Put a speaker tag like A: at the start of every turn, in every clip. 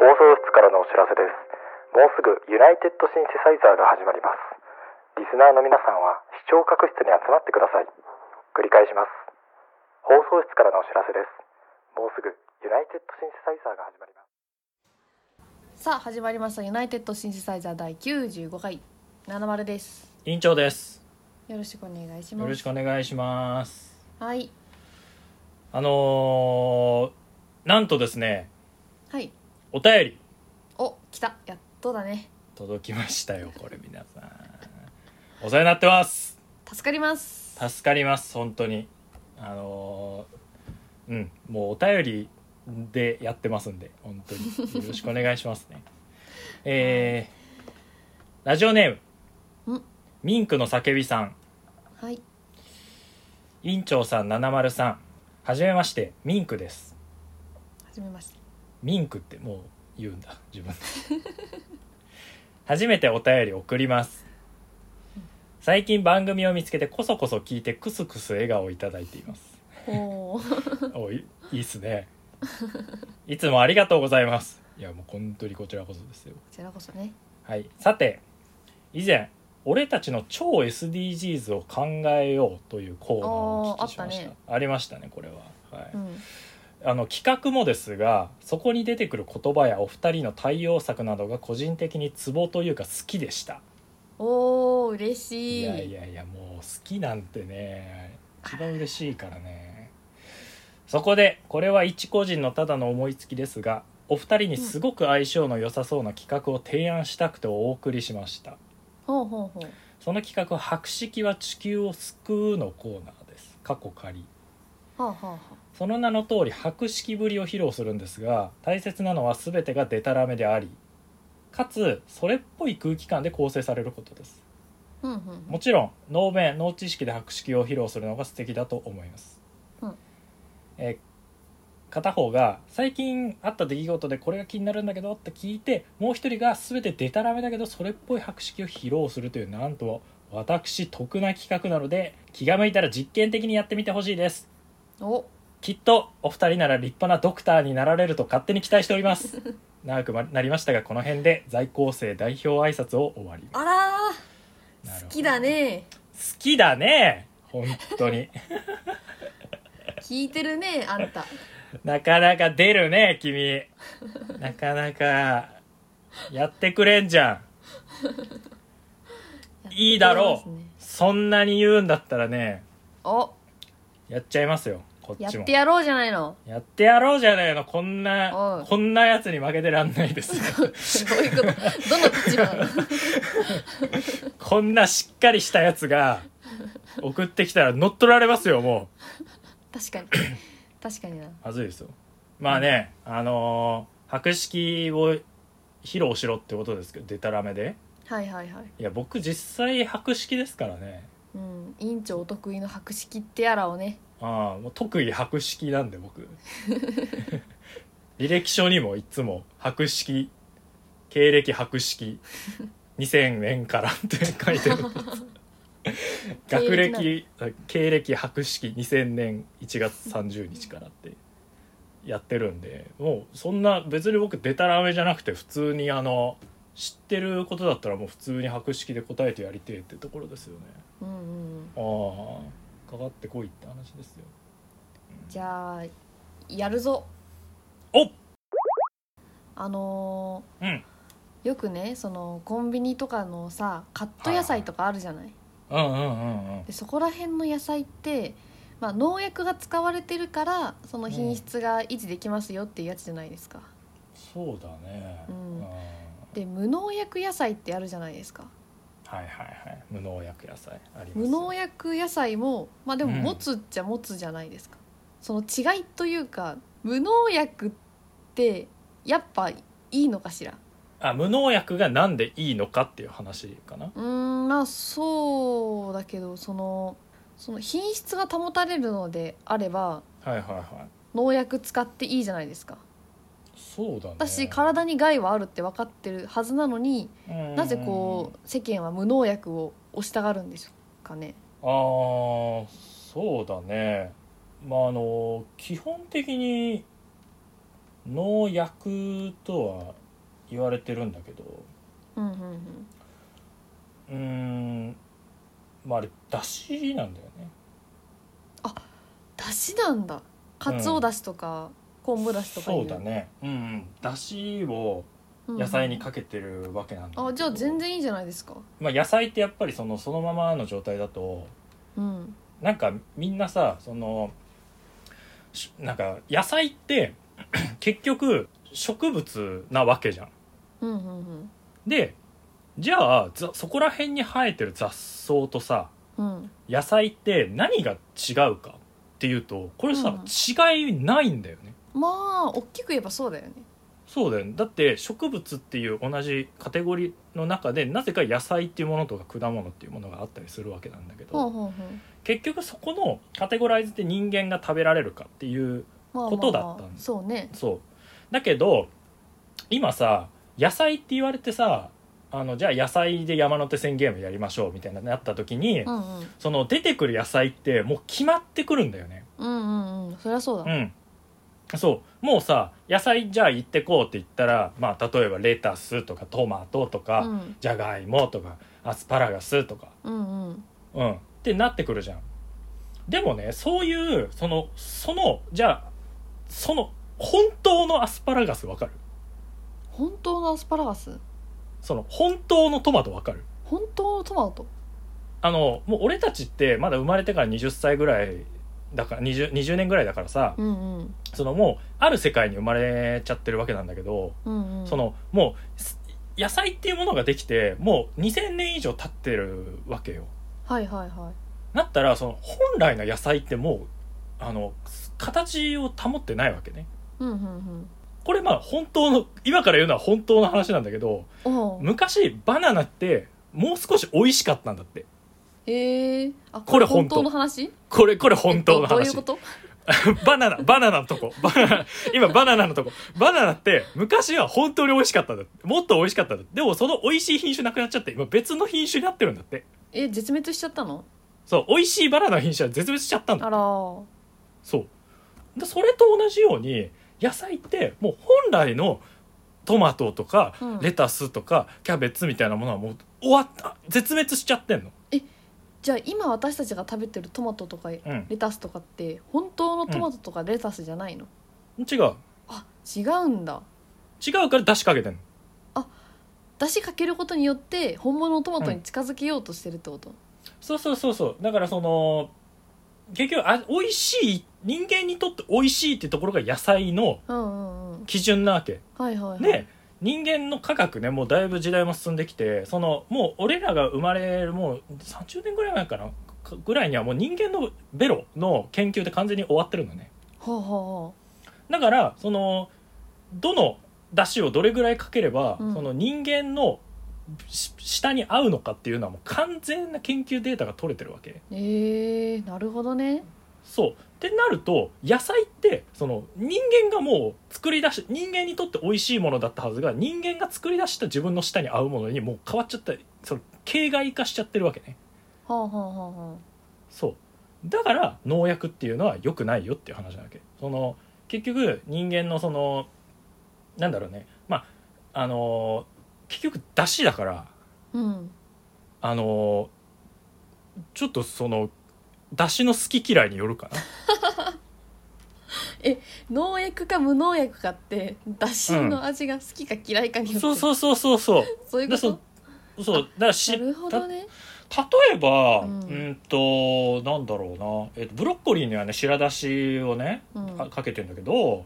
A: 放送室からのお知らせですもうすぐユナイテッドシンセサイザーが始まりますリスナーの皆さんは視聴覚室に集まってください繰り返します放送室からのお知らせですもうすぐユナイテッドシンセサイザーが始まります
B: さあ始まりましたユナイテッドシンセサイザー第95回七丸です
C: 院長です。
B: よろしくお願いし
C: よ
B: ま
C: ろし
B: す
C: くお願いします。
B: はい
C: あのーなんとですね、
B: はい
C: お便り
B: お来たやっとだね
C: 届きましたよ。これ皆さん、お世話になってます。
B: 助かります
C: 助かります。本当に。あのーうん、もうお便りでやってますんで、本当によろしくお願いしますね。えー、ラジオネー
B: ん
C: ムミンクの叫びさん。
B: はい
C: 院長さん、七丸さん。はじめまして、ミンクです。
B: 始めました
C: ミンクってもう言うんだ自分で初めてお便り送ります最近番組を見つけてこそこそ聞いてクスクス笑顔をいただいています
B: お お
C: おいいいっすねいつもありがとうございますいやもう本当にこちらこそですよ
B: こちらこそね
C: はいさて以前俺たちの超 SDGs を考えようというコーナーをお聞きしました
B: あーあったね
C: ありましたねこれははい、
B: うん
C: あの企画もですがそこに出てくる言葉やお二人の対応策などが個人的にツボというか好きでした
B: おお嬉
C: い
B: しい
C: やいやいやもう好きなんてね一番嬉しいからねそこでこれは一個人のただの思いつきですがお二人にすごく相性の良さそうな企画を提案したくてお送りしました
B: ほうほうほう
C: その企画は「白色は地球を救う」のコーナーです過去仮
B: はあはあは
C: その名の通り博識ぶりを披露するんですが大切なのは全てがデタラメでありかつそれっぽい空気感で構成されることです
B: あうんうん
C: もちろん能弁能知識で博識を披露するのが素敵だと思います、
B: うん
C: えー片方が最近あった出来事でこれが気になるんだけどって聞いてもう一人が全てデタラメだけどそれっぽい博識を披露するというなんとも私得な企画なので気が向いたら実験的にやってみてほしいです
B: お
C: きっとお二人なら立派なドクターになられると勝手に期待しております 長くなりましたがこの辺で在校生代表挨拶を終わりま
B: あら
C: す
B: ー
C: なるほ
B: 好
C: ど
B: きだね
C: 好きだね本当に
B: 聞いてるねあんた
C: なかなか出るね君なかなかやってくれんじゃん いいだろう、そんなに言うんだったらね
B: お
C: やっちゃいますよこ
B: や
C: っち
B: っ
C: も
B: てやろうじゃないの
C: やってやろうじゃないのこん
B: お
C: な
B: う
C: こんなやつに負けてらんないですよ
B: すごいうことどの立場な の
C: こんなしっかりしたやつが送ってきたら乗っ取られますよも
B: 確かに確かにな
C: うまずいですよまあねあのー博識を披露しろってことですけどでたらめで
B: はいはいはい
C: いや僕実際博識ですからね
B: うん、委員長お得意の博識ってやらをね
C: ああもう特技博識なんで僕履歴書にもいつも博識経歴博識2000年からって書いてる学歴経歴博識2000年1月30日からってやってるんでもうそんな別に僕デタラメじゃなくて普通にあの知ってることだったらもう普通に博識で答えてやりてえってところですよね
B: うんうんうん
C: ああかかってこいって話ですよ
B: じゃあやるぞ
C: お
B: あの
C: うん
B: ーよくねそのコンビニとかのさカット野菜とかあるじゃない、
C: うんうんうんうん
B: でそこら辺の野菜って、まあ、農薬が使われてるからその品質が維持できますよっていうやつじゃないですか、
C: そうだね
B: う
C: うんんはい
B: で無農薬野菜ってあるじゃないですか
C: はいはい無農薬野菜あります
B: 無農薬野菜もまあでも
C: うん
B: 持つっちゃ持つじゃないですか、その違いというか無農薬ってやっぱいいのかしら
C: あ無農薬がなんでいいのかっていう話かな
B: うーんまあそうだけどそのその品質が保たれるのであれば
C: はいはいはい
B: 農薬使っていいじゃないですか
C: そうだね
B: 私体に害はあるって分かってるはずなのにな
C: な
B: ぜこう世間は無農薬を推したがるんですかね
C: あーそうだねまああの基本的に農薬とは言われてるんだけど
B: うんうんうん
C: うーんまああれだしなんだよね
B: だしなんだかつおだしとか、昆布だしとかい
C: そうだねうんうんだしを野菜にかけてるわけなんだけど
B: あじゃあ全然いいじゃないですか
C: まあ、野菜ってやっぱりそのそのままの状態だと
B: うん
C: なんかみんなさそのしなんか野菜って 結局植物なわけじゃん。
B: うんうん
C: でじゃあざそこら辺に生えてる雑草とさ
B: うんうん
C: 野菜って何が違うかっていうとこれさ、違いないんだよね。
B: まあ大きく言えばそうだよね
C: そうだよねだって植物っていう同じカテゴリーの中でなぜか野菜っていうものとか果物っていうものがあったりするわけなんだけど、
B: ほうほうほう
C: 結局そこのカテゴライズって人間が食べられるかっていう
B: まあまあまあ
C: ことだったんだ
B: そうね
C: そうだけど今さ野菜って言われてさあのじゃあ野菜で山手線ゲームやりましょうみたいななった時に、
B: うんうん
C: その出てくる野菜ってもう決まってくるんだよね
B: うんうんうんそりゃそうだ、
C: うんそうもうさ野菜じゃあ行ってこうって言ったらまあ例えばレタスとかトマトとか、
B: うん
C: じゃがいもとかアスパラガスとか
B: うんうん
C: うん、ってなってくるじゃんでもねそういうそのそのじゃあその本当のアスパラガスわかる
B: 本当のアスパラガス
C: その本当のトマトわかる
B: 本当のトマト
C: あのもう俺たちってまだ生まれてから20歳ぐらいだから 20, 20年ぐらいだからさ
B: うんうん
C: そのもうある世界に生まれちゃってるわけなんだけど
B: うんうん
C: そのもうす野菜っていうものができてもう2000年以上経ってるわけよ
B: はいはいはい
C: だったらその本来の野菜ってもうあの形を保ってないわけね
B: うんうん
C: これまあ本当の今から言うのは本当の話なんだけど
B: うんおう
C: 昔バナナってもう少し美味しかったんだって
B: えー、あ
C: これ
B: 本
C: 本
B: 当
C: 当
B: の話
C: これこれ本当
B: え
C: の
B: っとどうい
C: 話
B: うこと
C: バナナバナナのとこバナナ今バナナのとこバナナって昔は本当に美味しかったんだってもっと美味しかったんだってでもその美味しい品種なくなっちゃって今別の品種になってるんだって
B: え絶滅しちゃったの
C: そう美味しいバナナの品種は絶滅しちゃったんだ
B: あらー
C: そうでそれと同じように野菜ってもう本来のトマトとか
B: うん
C: レタスとかキャベツみたいなものはもう終わった絶滅しちゃってんの、
B: じゃあ今私たちが食べてるトマトとかレ
C: うん、
B: タスとかって本当のトマトとかレタスじゃないの、
C: 違う
B: あ違うんだ
C: 違うから出汁かけてんの
B: 出汁かけることによって本物のトマトに近づけようとしてるってこと、
C: そうそうそうそうだからその結局あ美味しい人間にとって美味しいってところが野菜の
B: うん、うんうん
C: 基準なわけ
B: はいはいはい、
C: で人間の科学ねもうだいぶ時代も進んできてそのもう俺らが生まれるもう30年ぐらい前かなかぐらいにはもう人間のベロの研究って完全に終わってるのね
B: はあ、は
C: だからそのどの出汁をどれぐらいかければ、
B: うん
C: その人間のし下に合うのかっていうのはもう完全な研究データが取れてるわけ
B: あ、えー、なるほどね
C: そうってなると野菜ってその人間がもう作り出し人間にとって美味しいものだったはずが人間が作り出した自分の舌に合うものにもう変わっちゃったその形骸化しちゃってるわけね
B: はあはあはあはあ
C: そうだから農薬っていうのは良くないよっていう話なわけその結局人間のそのなんだろうねまああの結局出汁だから
B: うん
C: あのちょっとその出汁の好き嫌いによるかな
B: 農薬か無農薬かって出汁の味が好きか嫌いかによって、
C: そう
B: う
C: そうそうそうそう
B: そういうこ
C: だそ
B: と
C: うそうだからし
B: なるほどね
C: た例えば、
B: う
C: うんん、となんだろうな、えっとブロッコリーにはね白だしをね
B: うん
C: かかけてんだけど、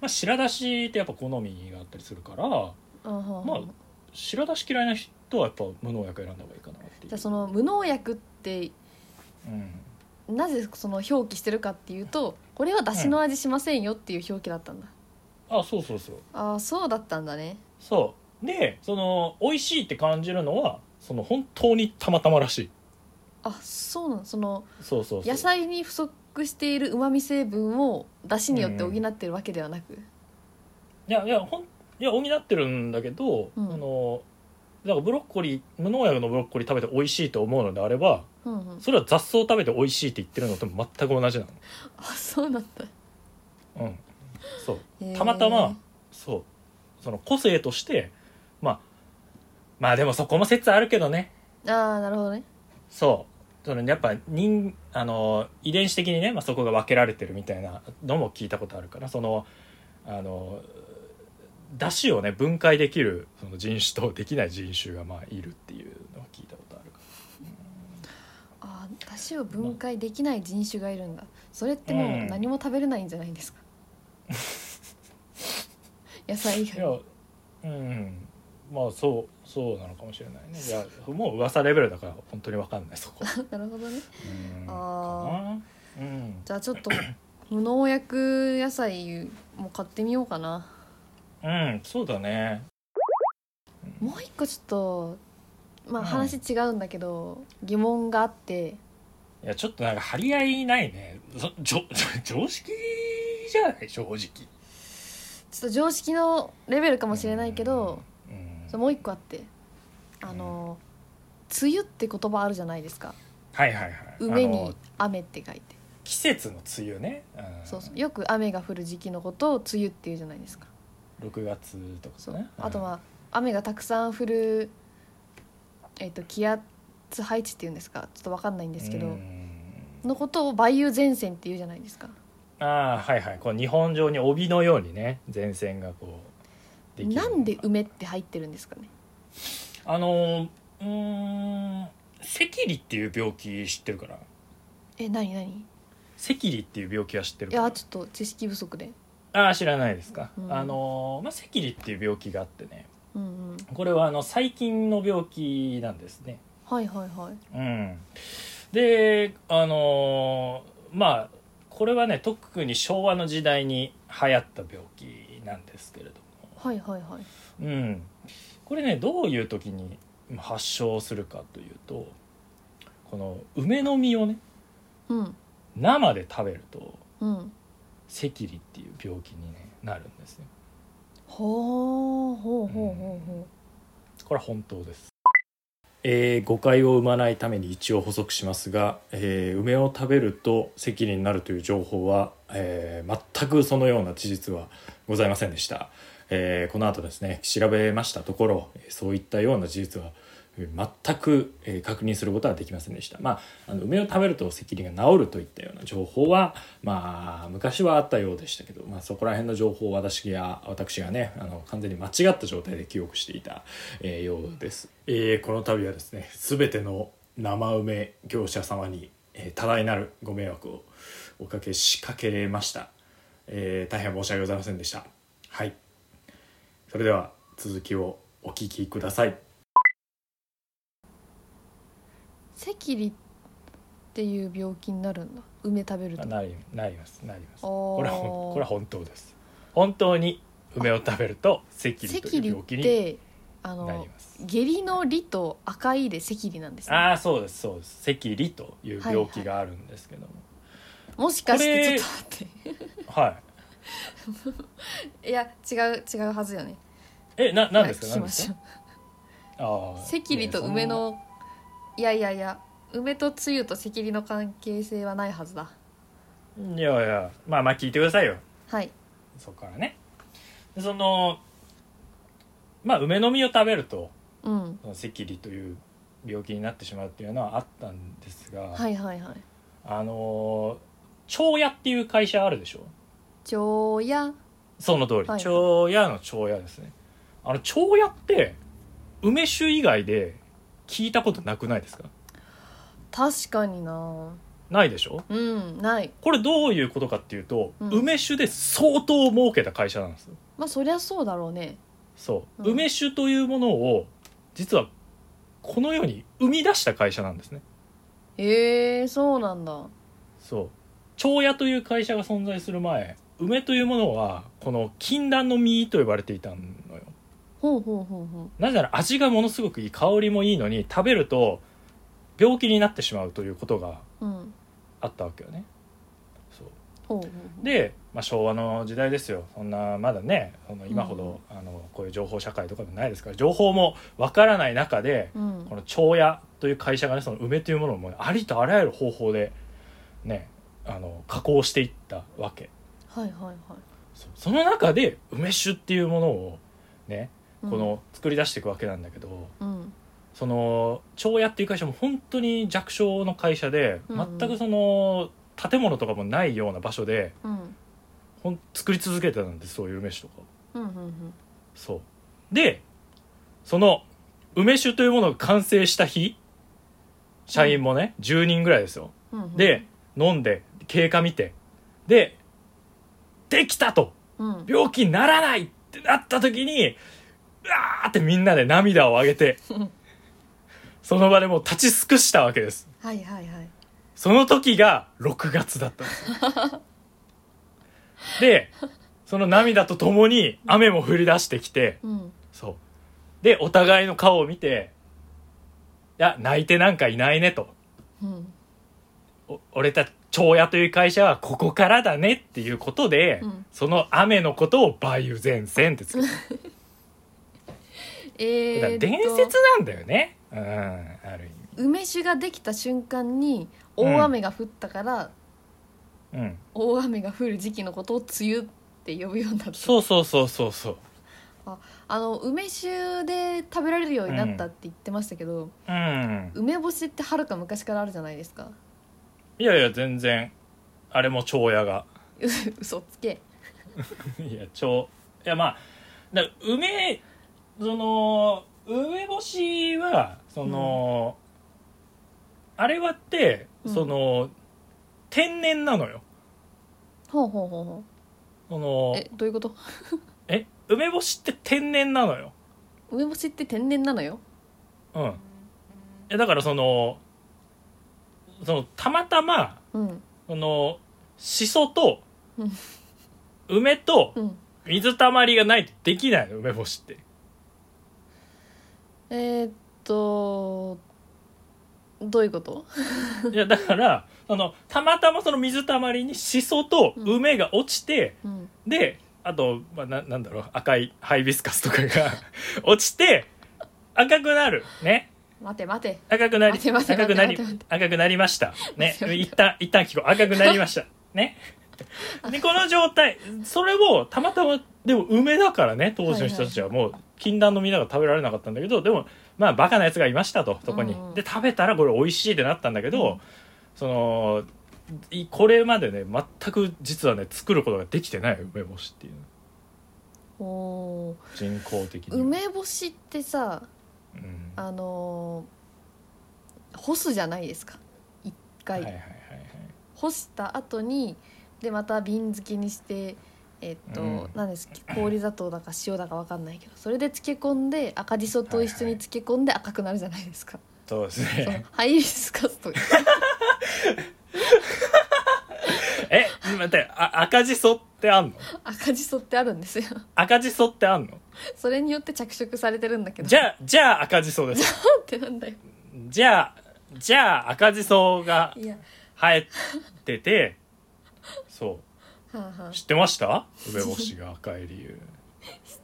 C: まあ、白だしってやっぱ好みがあったりするから
B: あはあはあ
C: まあ白だし嫌いな人はやっぱ無農薬選んだ方がいいかなっていう
B: じゃあその無農薬って
C: うん、
B: なぜその表記してるかっていうとこれは出汁の味しませんよっていう表記だったんだ、
C: あそうそうそう
B: ああそうだったんだね
C: そうでその美味しいって感じるのはその本当にたまたまらしい
B: あそうなのその
C: そうそうそう
B: 野菜に不足している旨味成分を出汁によって補ってるわけではなく、
C: いやいやほんいや補ってるんだけど、
B: うん
C: あのだからブロッコリー無農薬のブロッコリー食べて美味しいと思うのであれば
B: うんうん、
C: それは雑草食べて美味しいって言ってるのと全く同じな
B: あそうなんだ
C: のうんそう
B: へー
C: たまたまそうその個性としてまあまあでもそこも説あるけどね
B: ああなるほどね
C: そうそのやっぱ人あの遺伝子的にね、まあ、そこが分けられてるみたいなのも聞いたことあるからそのあの出汁をね分解できるその人種とできない人種がまあいるっていうのは聞いたことあるか
B: ああ出汁を分解できない人種がいるんだそれってもううん何も食べれないんじゃないです か、野菜以
C: らい
B: 外
C: やうんまあそうそうなのかもしれないねいやもう噂レベルだから本当に分かんないそこ
B: なるほどね
C: うん
B: あ
C: かなうん
B: じゃあちょっと無農薬野菜も買ってみようかな
C: うんそうだね
B: もう一個ちょっとま
C: う
B: あ
C: ん
B: 話違うんだけど、疑問があって
C: いやちょっとなんか張り合いないねそじょ 常識じゃない正直
B: ちょっと常識のレベルかもしれないけど、
C: うん
B: ちょっともう一個あってあの、梅雨って言葉あるじゃないですか
C: はいはいはい
B: 梅
C: あの
B: に雨って書いて
C: 季節の梅雨ね、ん
B: そうそうよく雨が降る時期のことを梅雨っていうじゃないですか
C: 6月とか
B: そう、
C: ね
B: あと
C: うん
B: は雨がたくさん降る、えっと気圧配置っていうんですかちょっと分かんないんですけど、
C: うん
B: のことを梅雨前線っていうじゃないですか
C: ああはいはいこう日本上に帯のようにね前線がこうできる
B: なんで梅って入ってるんですかね
C: あのうーん赤痢っていう病気知ってるかな
B: え何何
C: 赤痢っていう病気は知ってる
B: い
C: かな
B: やちょっと知識不足で
C: ああ知らないですか、
B: うん
C: あのまあ赤痢っていう病気があってね
B: うんうん
C: これはあの細菌の病気なんですね
B: はいはいはい
C: うん、であのーまあこれはね特に昭和の時代に流行った病気なんですけれど
B: はいはいはい
C: も、うん、これねどういう時に発症するかというとこの梅の実をね
B: うん
C: 生で食べると
B: うん
C: 赤痢っていう病気に、ね、なるんですね
B: ほうほうほうほうほ
C: これは本当です。えー誤解を生まないために一応補足しますが、えー梅を食べると赤痢になるという情報は、えー全くそのような事実はございませんでした、えーこの後ですね調べましたところえーそういったような事実はえー全くえー確認することはできませんでしたまああの梅を食べると赤痢が治るといったような情報はまあ昔はあったようでしたけど、まあ、そこら辺の情報を私が私がねあの完全に間違った状態で記憶していた、えーようです、えーこの度はですね全ての生梅業者様に、えー多大なるご迷惑をおかけしかけました、えー大変申し訳ございませんでしたはいそれでは続きをお聞きくださいう
B: 赤痢っていう病気になるんだ梅食べると
C: なりなりますなります
B: おー
C: これはほんこれは本当です本当に梅を食べると赤痢と
B: 赤
C: いう
B: 痢
C: 病
B: っ
C: 気に
B: てあ
C: な
B: の
C: ります
B: 下痢の「痢」と赤いで赤痢なんです、ね、
C: ああそうですそうです赤痢という病気があるんですけども
B: もしかして
C: これ
B: ちょっと待っ
C: はい、
B: ていや違う違うはずよね
C: えななんですか
B: はい聞き
C: なん
B: ま
C: で
B: し
C: す
B: ょ
C: か
B: う
C: ああ
B: 赤痢と梅のいやいやいや梅と梅雨と赤痢の関係性はないはずだ
C: いやいやまあまあ聞いてくださいよ
B: はい
C: そこからねでそのまあ梅の実を食べると
B: うん
C: その赤痢という病気になってしまうっていうのはあったんですが、
B: はいはいはい
C: あの蝶屋っていう会社あるでしょ
B: 蝶や
C: その通り、
B: はい
C: 蝶屋の蝶屋ですねあの蝶屋って梅酒以外で聞いたことなくないですか
B: 確かにな
C: ないでしょ
B: うんない
C: これどういうことかっていうと、
B: うん
C: 梅酒で相当儲けた会社なんですよ
B: まあそりゃそうだろうね
C: そう、
B: うん
C: 梅酒というものを実はこのように生み出した会社なんですね
B: へえー、そうなんだ
C: そう蝶屋という会社が存在する前梅というものはこの禁断の実と呼ばれていたのよ
B: ほうほうほうほう
C: なぜなら味がものすごくいい香りもいいのに食べると病気になってしまうということが
B: うん
C: あったわけよねそう
B: ほうほう
C: で、まあ、昭和の時代ですよそんなまだねその今ほど、あのこういう情報社会とかでもないですから情報もわからない中で
B: ほううん
C: この蝶屋という会社がねその梅というものをもうありとあらゆる方法でねあの加工していったわけ
B: はいはいはい
C: そうその中で梅酒っていうものをね
B: うん
C: この作り出していくわけなんだけど、
B: うん
C: その町屋っていう会社も本当に弱小の会社で、
B: うんうん
C: 全くその建物とかもないような場所で
B: うん
C: ほん作り続けてたんですそういう梅酒とか
B: うんうんうん
C: そうでその梅酒というものが完成した日社員もね、10人ぐらいですよ
B: うんうん
C: で飲んで経過見てでできたと
B: うん
C: 病気にならないってなった時にうわーってみんなで涙をあげ て
B: うん
C: その場でもう立ち尽くしたわけです
B: はいはいはい
C: その時が6月だったんですよでその涙とともに雨も降り出してきて
B: うん
C: そうでお互いの顔を見て「いや泣いてなんかいないね」と
B: うん
C: お俺たち長屋という会社はここからだねっていうことで、
B: うん
C: その雨のことを梅雨前線ってつけて
B: え
C: だか
B: ーっ
C: ら
B: と
C: 伝説なんだよね、うんある
B: 梅酒ができた瞬間に大雨が降ったから、
C: 意味、うん、
B: 大雨が降る時期のことを梅雨って呼ぶようになった
C: そうそうそうそうそう
B: あの梅酒で食べられるようになったって言ってましたけど、
C: うん
B: 梅干しってはるか昔からあるじゃないですか
C: いやいや全然あれも長屋が
B: 嘘つけ
C: いや長いやまあだから梅その梅干しはその、あれはって
B: うん
C: その、天然なのよ
B: ほうほうほうほ
C: その
B: うえどういうこと
C: え梅干しって天然なのよ
B: 梅干しって天然なのよ
C: うんいやだからそのそのたまたま
B: うん
C: そのしそと
B: うん
C: 梅と
B: うん
C: 水たまりがないとできないの梅干しって
B: えー、っとどういうこと
C: いやだからそのたまたまその水たまりにしそと梅が落ちて、
B: うん
C: であと、まあ、ななんだろう赤いハイビスカスとかが 落ちて赤くなるね
B: 待て待て
C: 赤くなり
B: 待て待て
C: 赤くな
B: 待
C: り
B: て待て
C: 赤くなりましたね
B: 待て待て
C: 一旦一旦聞こう赤くな りましたねでこの状態それをたまたまでも梅だからね当時の人たちはもう禁断のみんなが食べられなかったんだけどでもまあバカなやつがいましたとそこに、
B: うんうん
C: で食べたらこれ美味しいってなったんだけど、
B: うん
C: そのいこれまでね全く実はね作ることができてない梅干しっていう
B: おー
C: 人工的に、
B: 梅干しってさ
C: うん、は
B: あのー干すじゃないですか一
C: い
B: 回、
C: はいはいはい
B: 干した後にでまた瓶漬けにしてえっと、
C: うん
B: 何ですっけ氷砂糖だか塩だか分かんないけどそれで漬け込んで赤じそと一緒に漬け込んで赤くなるじゃないですか、
C: そうです
B: その
C: ね
B: ハイビスカスとか
C: え待ってあ赤じそってあんの
B: 赤じそってあるんですよ
C: 赤じそってあんの
B: それによって着色されてるんだけど
C: じ
B: あ
C: ゃあじゃあ赤じ そです
B: ってなんだよ
C: じゃあじゃあ赤じそが
B: いや
C: 生えててそ
B: はあはあ
C: う知ってました梅干しが赤い理 由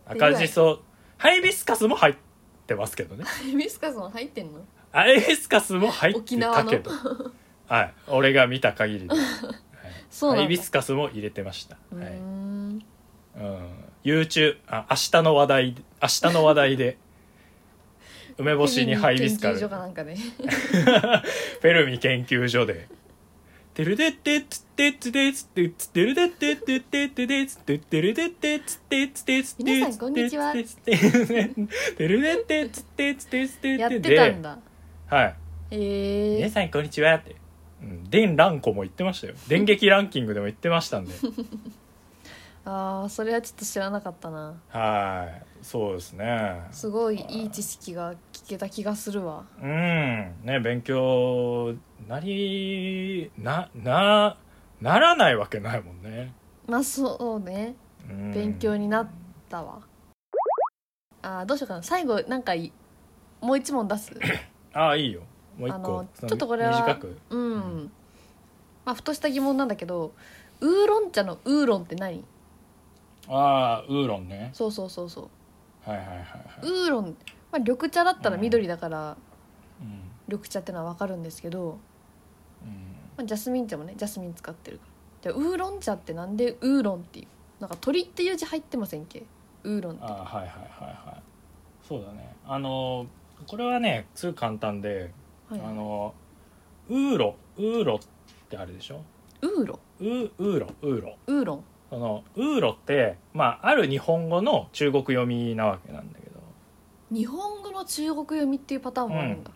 C: 赤じそハイビスカスも入ってますけ どね
B: ハイビスカスも入ってんの
C: ハイビスカスも入ってたけど はい俺が見た限りで、はい
B: そうなんだ
C: ハイビスカスも入れてました、
B: う
C: は
B: ー
C: い
B: ん
C: うん、YouTube あ明日の話題明日の話題で梅干しにハイビス
B: 研
C: カ
B: 究
C: ス
B: 所かなんかね
C: フェルミ研究所で。てるでってつってつでつってつてるでってつってつでつっててるでってつってつてつて
B: 皆さんこんにちは
C: てるでってつってつてつて
B: やってたんだ
C: はい
B: へえ
C: 皆さんこんにちはってうん電乱子も言ってましたよ電撃ランキングでも言ってましたんで
B: あーそれはちょっと知らなかったな
C: はいそうですね
B: すごいいい知識が聞けた気がするわ
C: うんね勉強なりななならないわけないもんね
B: まあそうね
C: うん
B: 勉強になったわ、あーどうしようかな最後なんかいもう一問出 す
C: ああいいよもう一
B: あ
C: 個
B: の
C: その
B: ちょっとこれは
C: 短く
B: うん、
C: うん
B: まあふとした疑問なんだけどウーロン茶のウーロンって何
C: ああウーロンね
B: そうそうそうそう
C: はいはいはいはい、
B: ウーロン、まあ、緑茶だったら緑だから
C: うん
B: 緑茶ってのは分かるんですけど、
C: うん
B: まあ、ジャスミン茶もねジャスミン使ってるからじゃあウーロン茶ってなんでウーロンってなんか鳥っていう字入ってませんっけウーロンって
C: あはいはいはいはいそうだねあのこれはねすごい簡単で、
B: はい
C: あのウーロウーロってあれでしょ
B: ウーロ
C: ウウーロウーロ
B: ウーロン
C: そのウーロって、まあ、ある日本語の中国読みなわけなんだけど
B: 日本語の中国読みっていうパターンもあるんだ、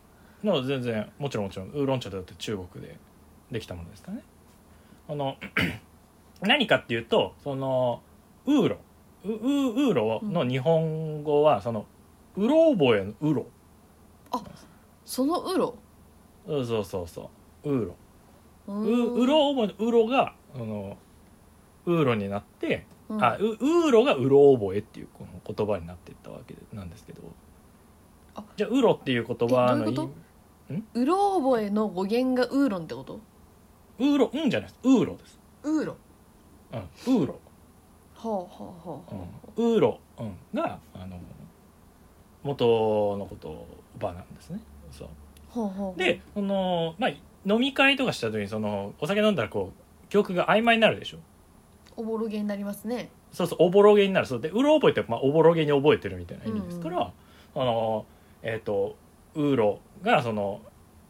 C: でも全然もちろんもちろんウーロン茶だって中国でできたものですからねあの 何かっていうとそのウーロウウウーロの日本語は、そのウロ覚えのウロ
B: そのウロ
C: そうそうそうそうウーロ
B: う
C: う
B: ーん
C: ウロ覚えのウロがあのウーロになって、
B: うん
C: あウウーロがウロ覚えっていうこの言葉になっていったわけなんですけど
B: あ
C: じゃあウロっていう言葉の
B: えどういう
C: 意
B: こ
C: 味
B: ウロ覚えの語源がウーロンってこと
C: ウーロうんじゃないですウーロです、
B: ウーロ
C: うん、ウーロ
B: はあはあはあ、
C: うん、ウーロ、うん、があの元の言葉なんですね。そう
B: はあはあ、
C: でその、まあ、飲み会とかした時にそのお酒飲んだらこう記憶が曖昧になるでしょ
B: おぼろげになりますね
C: そうそうおぼろげになるそうでウロ覚えって、まあ、おぼろげに覚えてるみたいな意味ですから、あのえっ、とウーロがその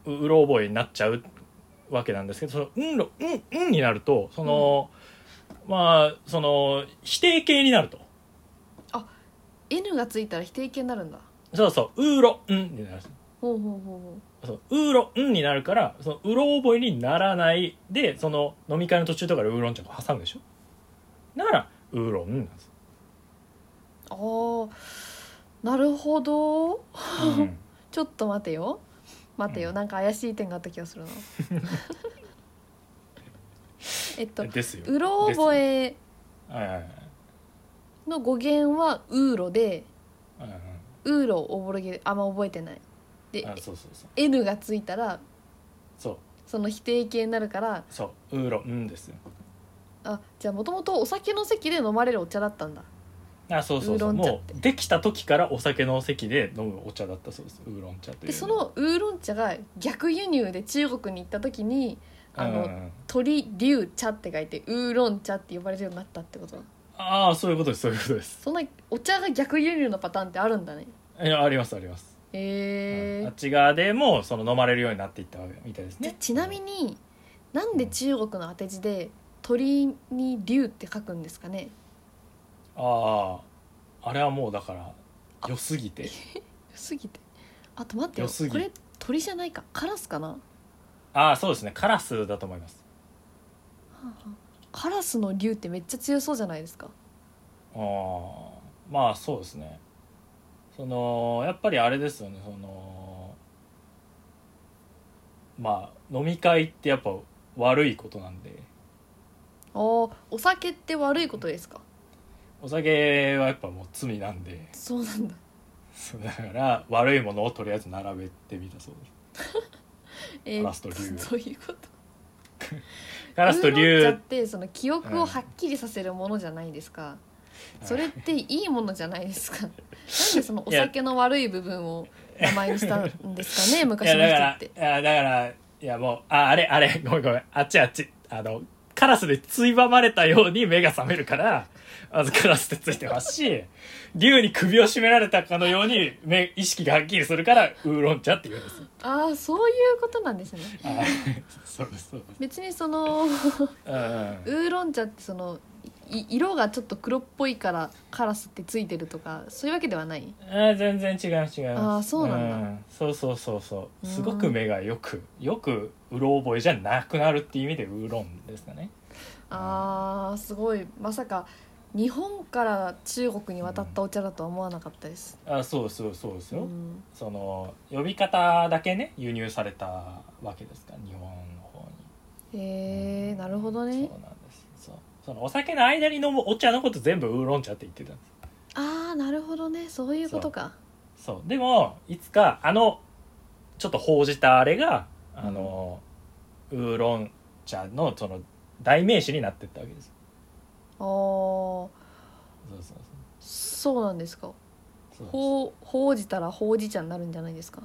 C: うウロ覚えになっちゃうわけなんですけどその「うんろ」うん「うん」になるとその、まあその否定形になると。
B: N がついたら否定形になるんだ
C: そうそう、ウーロ、んになる。
B: ほうほうほうほ
C: そうウーロ、んになるから、その、うろ覚えにならないで、その、飲み会の途中とかでウーロン茶を挟むでしょだから、ウーロンなんです。
B: うああなるほど
C: うん
B: ちょっと待てよ待てよ、
C: うん
B: なんか怪しい点があった気が するなえっと
C: ですよ。
B: うろ覚え
C: はいはいはい。
B: の語源はウーロで
C: うんうん
B: ウーロをおぼろげであんま覚えてないで
C: あそうそうそう。
B: N がついたら
C: そう、
B: その否定形になるから
C: そう、ウーロ、んですよ。
B: あじゃあもともとお酒の席で飲まれるお茶だったんだ
C: あ、そうそう
B: ウー
C: そ
B: ロ
C: う。
B: ン茶
C: も
B: って
C: う、できた時からお酒の席で飲むお茶だったそうです。ウーロン茶という。
B: でそ、のウーロン茶が逆輸入で中国に行った時に
C: う
B: あ
C: んう
B: の、
C: ん、
B: 鳥龍茶って書いてウーロン茶って呼ばれるようになったってこと
C: ああ、そういうことです、そういうことです。
B: そんなお茶が逆輸入のパターンってあるんだね
C: いやあります、あります。
B: え
C: あ
B: ー
C: っち側でもその飲まれるようになっていったみたいです
B: じゃ
C: ね
B: あちなみになんで中国の当て字で鳥に龍って書くんですかね
C: あああれはもうだから良すぎて
B: 良すぎてあと待って
C: 良すぎ
B: よこれ鳥じゃないかカラスかな
C: ああそうですねカラスだと思います
B: カラスの龍ってめっちゃ強そうじゃないですか
C: ああまあそうですねそのやっぱりあれですよねそのまあ飲み会ってやっぱ悪いことなんで
B: あーお酒って悪いことですか
C: お酒はやっぱもう罪なんで
B: そうなんだ
C: そうだから悪いものをとりあえず並べてみたそうです
B: えー
C: カラスと龍
B: どういうこと
C: カラスと
B: ウーロン
C: 竜
B: 茶ってその記憶をはっきりさせるものじゃないですか、それっていいものじゃないですかなんでそのお酒の悪い部分を名前にしたんですかね
C: い
B: 昔
C: や
B: の
C: だ
B: 人
C: か
B: っ
C: ら
B: て
C: いやだからいやもうああれあれごめんごめんあっちあっちあのカラスでついばまれたように目が覚めるからまずカラスってついてますし竜に首を絞められたかのように目意識がはっきりするからウーロン茶って言うんです
B: ああそういうことなんですね
C: はいそうですそうです
B: 別にその
C: うんうん
B: ウーロン茶ってそのい色がちょっと黒っぽいからカラスってついてるとかそういうわけではない
C: あ全然違う違います
B: あそうなんだ
C: そうそうそうそうすごく目がよくよくうろ覚えじゃなくなるっていう意味でウーロンですかね
B: あーすごいまさか日本から中国に渡ったお茶だとは思わなかったです、
C: あそうそうそうです
B: う
C: よ、
B: ん、
C: その呼び方だけね輸入されたわけですから日本の方
B: へえなるほど
C: に
B: ね
C: そうなんですそうそのお酒の間に飲むお茶のこと全部ウーロン茶って言ってたんで
B: ああなるほどねそういうことか
C: すそうでもいつかあのちょっと報じたあれがあの、ウーロン茶のその代名詞になってったわけです
B: あー
C: そうそう
B: そうなんですか
C: そうそう
B: ほうほうじたらほうじ茶になるんじゃないですか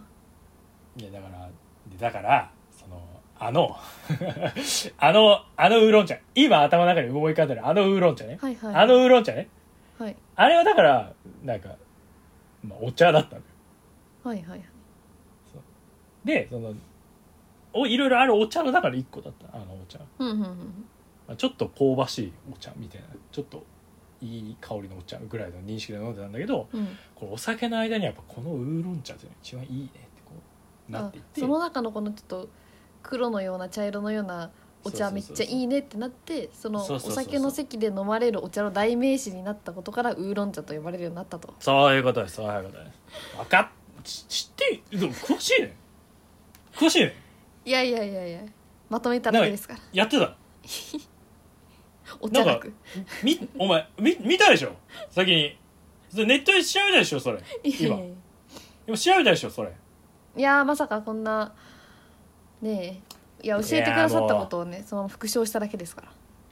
C: いやだからでだからそのあの あのあのウーロン茶今頭の中に思い浮かんでるあのウーロン茶ね、
B: はいはい
C: あのウーロン茶ね
B: はい
C: あれはだからなんか、まあ、お茶だったのよ
B: はいはいはい
C: でそのおいろいろあるお茶の中の1個だったあのお茶、ま
B: うんうんうん
C: あ、ちょっと香ばしいお茶みたいなちょっといい香りのお茶ぐらいの認識で飲んでたんだけど
B: うん
C: これお酒の間にやっぱこのウーロン茶っていうのが一番いいねってこうなっていって
B: その中のこのちょっと黒のような茶色のようなお茶
C: そう
B: め
C: そう
B: っ
C: そうそう
B: ちゃいいねってなってその
C: そう
B: お
C: そうそうそう
B: 酒の席で飲まれるお茶の代名詞になったことからウーロン茶と呼ばれるようになったと
C: そういうことですそういうことです分かっ知知ってでも詳しいね詳しいね
B: いやいやいやいやまとめただけですから
C: やってた
B: お茶
C: なんか
B: 学
C: みお前み見たでしょ先にそれネットで調べたでしょそれ
B: いやいや
C: 今
B: いや
C: 今調べたでしょそれ
B: いやーまさかこんなねえいや教えてくださったことをねそのまま復唱しただけですか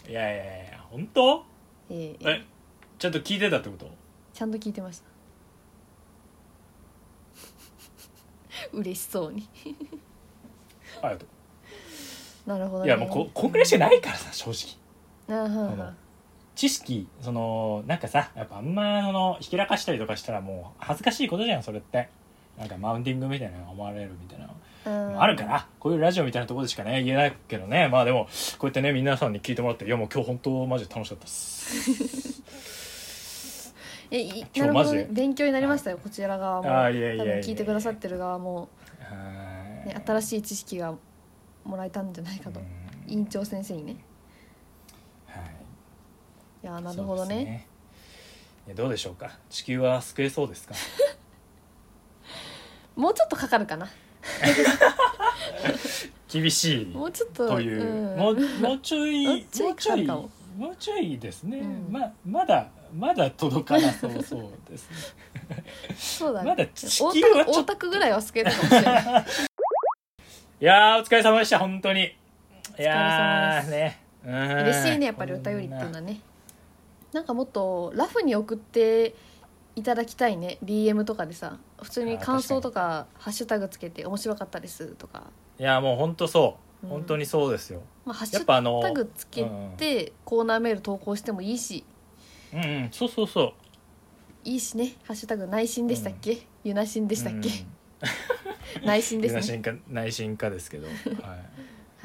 B: ら、
C: いやいやいや本当
B: ええ
C: えちゃんと聞いてたってこと
B: ちゃんと聞いてました 嬉しそうに
C: ありがと
B: なるほど、
C: う
B: ね、
C: いやもうここんぐらいしかないからさ正直
B: うんうんうん
C: あの知識そのなんかさやっぱあんまそのひけらかしたりとかしたらもう恥ずかしいことじゃんそれってなんかマウンティングみたいなの思われるみたいな
B: うん
C: あるからこういうラジオみたいなところでしかね言えないけどねまあでもこうやってね皆さんに聞いてもらっていやもう今日本当マジで楽しかったっす
B: えいな
C: 今日
B: る
C: マ
B: ほ
C: ジ
B: ど
C: で
B: ね勉強になりましたよこちら側も
C: あーいやいやいやいや
B: 多分聞いてくださってる側も、
C: は
B: ね、
C: い
B: 新しい知識がもらえたんじゃないかと
C: うん
B: 院長先生にね
C: はい
B: いやーなるほど
C: そうです
B: ね
C: いやどうでしょうか地球は救えそうで すか
B: もうちょっとかかるかな
C: 厳しい
B: もうちょっと
C: という、
B: うん
C: もうもうちょ い
B: も
C: も
B: うちょいう
C: ちょい
B: かかも
C: もうちょいですね、
B: うん
C: ままだまだ届かなそうそうで すね
B: そうだね
C: まだ地球は
B: 大田区
C: ちょっと
B: 大田区ぐらいは救えたかもしれない
C: いやーお疲れ様でした本当にいや
B: お疲れ様で
C: ー
B: す
C: ねうん
B: 嬉しいねやっぱりお便りっていうのはねなんかもっとラフに送っていただきたいね DM とかでさ普通に感想とか「ハッシュタグつけて面白かったです」とか、
C: いやもう本当そう、
B: うん
C: 本当にそうですよ
B: まあ、ハッシ
C: やっ
B: ュ
C: ぱあの
B: タグつけてコーナーメール投稿してもいいし
C: うんうんそうそうそう
B: いいしね「ハッシュタグ内心でしたっけ、ゆなしんで
C: で
B: したっけ、内心です
C: 内
B: ね
C: 心か内心かですけど、はい、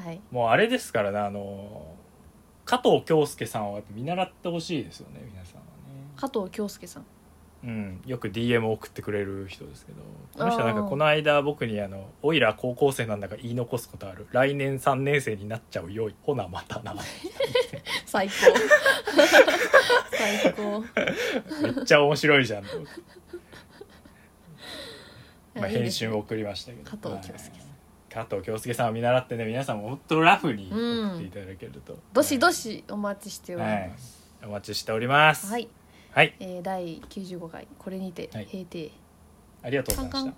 B: はい
C: もうあれですからねあの加藤京介さんはやっぱ見習ってほしいですよね皆さんはね
B: 加藤京介さん
C: うん、よく DM を送ってくれる人ですけどこの人はなん
B: あ
C: か
B: ー
C: この間僕にあの「おいら高校生なんだから言い残すことある来年3年生になっちゃうよいほなまた な」
B: 最高 最高
C: めっちゃ面白い じゃんと思って
B: いや
C: まあ、
B: いいで
C: 編
B: すね
C: 集を送りましたけど
B: 加藤京介さん
C: はい加藤京介さんを見習ってね皆さんももっとラフに送っていただけると、
B: どしどしお待ちしており
C: はい、はい
B: ます、
C: お待ちしております
B: はい、
C: はい、
B: えー、第95回これにて
C: はい
B: 閉廷、
C: ありがとうございま
B: カン
C: し
B: カン
C: た